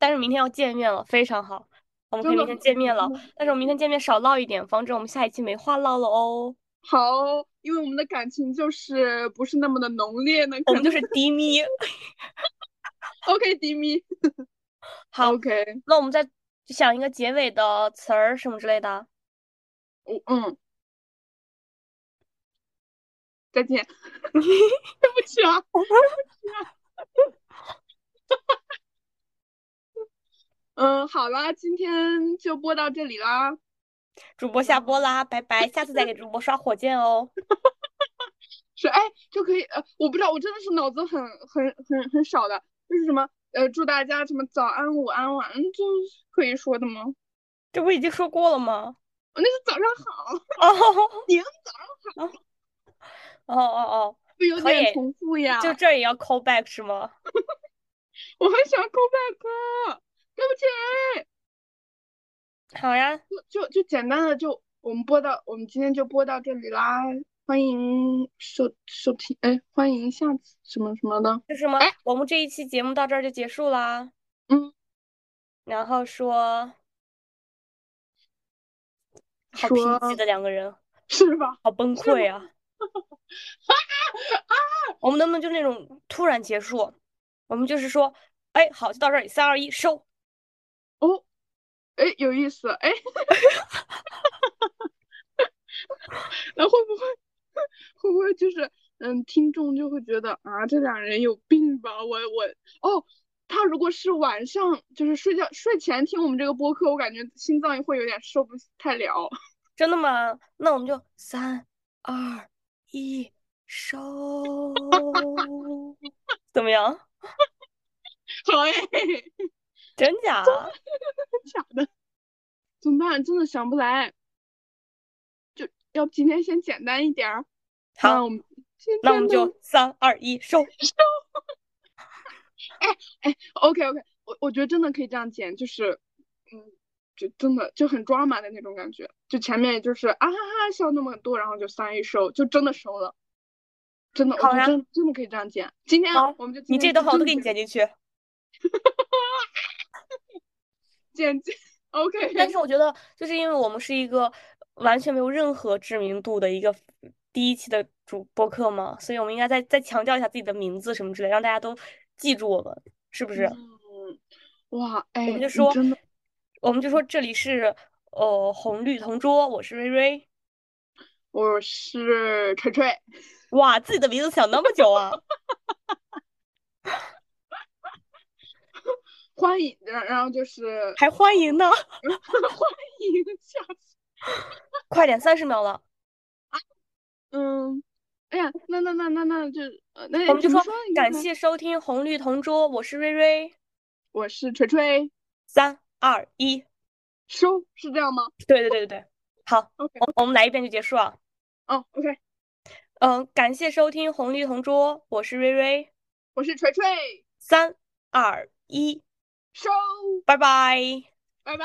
Speaker 1: 但是明天要见面了，非常好，我们可
Speaker 2: 真
Speaker 1: 以
Speaker 2: 的
Speaker 1: 明天
Speaker 2: 很
Speaker 1: 见
Speaker 2: 久，
Speaker 1: 面
Speaker 2: 真
Speaker 1: 了。
Speaker 2: 的很
Speaker 1: 但是我们明
Speaker 2: 久。
Speaker 1: 天见面少唠一点，防止我们下一期没话唠了哦。
Speaker 2: 好，因为我们的感情就是不是那么的浓烈呢，
Speaker 1: 我
Speaker 2: 可
Speaker 1: 们就
Speaker 2: 能。
Speaker 1: 是低咪。
Speaker 2: OK，迪米
Speaker 1: 嗯好，
Speaker 2: ，OK，
Speaker 1: 那我们再想一个结尾的词儿什么之类的。
Speaker 2: 我嗯，再 见，对不起啊，嗯，好啦，今天就播到这里啦，
Speaker 1: 主播下播
Speaker 2: 嗯。
Speaker 1: 啦，拜拜，下次再给主播刷火箭哦。
Speaker 2: 是哎就可以呃，我不知道，我真的是脑子很很很很少的，就是什么呃，祝大家什么早安、午安、晚安，这是可以说的吗？哦
Speaker 1: 这不已经说过了吗？
Speaker 2: 那是早上好，
Speaker 1: 哦
Speaker 2: 您
Speaker 1: 哦哦哦，
Speaker 2: 不有
Speaker 1: 可以，
Speaker 2: 点重复
Speaker 1: 就
Speaker 2: 呀？
Speaker 1: 这儿也要 call back 是吗？
Speaker 2: 我很想 go back，啊对不起，
Speaker 1: 好呀，
Speaker 2: 就就就简单的就我们播到我们今天就播到这里啦，欢迎收收听，哎，欢迎下次什么什么的，
Speaker 1: 就什么，
Speaker 2: 哎，
Speaker 1: 我们这一期节目到这儿就结束啦，
Speaker 2: 嗯，
Speaker 1: 然后说。好贫
Speaker 2: 说
Speaker 1: 瘠的两个人，
Speaker 2: 是吧？
Speaker 1: 好崩
Speaker 2: 是
Speaker 1: 溃啊！我们能不能就那种突然结束？我们就是说，哎，好，就到这里，三二一，收。
Speaker 2: 哦，哎，有意思，哎， 那会不会会不会就是嗯，听众就会觉得啊，这俩人有病吧？我我哦，他如果是晚上就是睡觉睡前听我们这个播客，我感觉心脏会有点受不太了。
Speaker 1: 真的吗？那我们就三二一，收。 怎么样？
Speaker 2: 好哎，
Speaker 1: 真假？
Speaker 2: 假的，怎么办？真的想不来，就要不今天先简单一点儿。那
Speaker 1: 好，
Speaker 2: 我们今
Speaker 1: 那我们
Speaker 2: 天的
Speaker 1: 就 三二一，收。
Speaker 2: 哎，OK OK，我我觉得真的可以这样剪，就是，嗯，就真的就很 drama 的那种感觉，就前面就是啊哈哈笑那么多，然后就三一收，就真的收了，真的，我
Speaker 1: 好
Speaker 2: 觉得
Speaker 1: 呀
Speaker 2: 真真的可以这样剪。今天
Speaker 1: 好，
Speaker 2: 我们就今
Speaker 1: 你这
Speaker 2: 天
Speaker 1: 段
Speaker 2: 就
Speaker 1: 话我都
Speaker 2: 真的
Speaker 1: 给你
Speaker 2: 剪
Speaker 1: 剪进去。
Speaker 2: 剪 辑，OK，
Speaker 1: 但是我觉得，就是因为我们是一个完全没有任何知名度的一个第一期的主播客嘛，所以我们应该再再强调一下自己的名字什么之类，让大家都记住我们，是不是？
Speaker 2: 嗯，哇，
Speaker 1: 我们
Speaker 2: 哎，
Speaker 1: 就
Speaker 2: 你
Speaker 1: 说，
Speaker 2: 真的，
Speaker 1: 我们就说这里是呃红绿同桌，我是瑞瑞。
Speaker 2: 我是锤锤，
Speaker 1: 哇，自己的名字想那么久啊！
Speaker 2: 欢迎，然然后就是欢
Speaker 1: 还欢迎呢，
Speaker 2: 迎，下次，
Speaker 1: 快点，三十秒了，
Speaker 2: 嗯，哎呀，那那那那那就，呃，
Speaker 1: 我
Speaker 2: 那
Speaker 1: 们就
Speaker 2: 怎么
Speaker 1: 说
Speaker 2: 说应该
Speaker 1: 感谢收听红绿同桌，我是瑞瑞。
Speaker 2: 我是锤锤，
Speaker 1: 三二一，
Speaker 2: 收，是这样吗
Speaker 1: 对对对对对，好，
Speaker 2: ？OK，
Speaker 1: 我我们来一遍就结束啊。
Speaker 2: 哦，OK。
Speaker 1: 嗯，感谢收听《红绿同桌》，我是瑞瑞，
Speaker 2: 我是锤锤，
Speaker 1: 三二一，
Speaker 2: 收，
Speaker 1: 拜拜。
Speaker 2: 拜拜。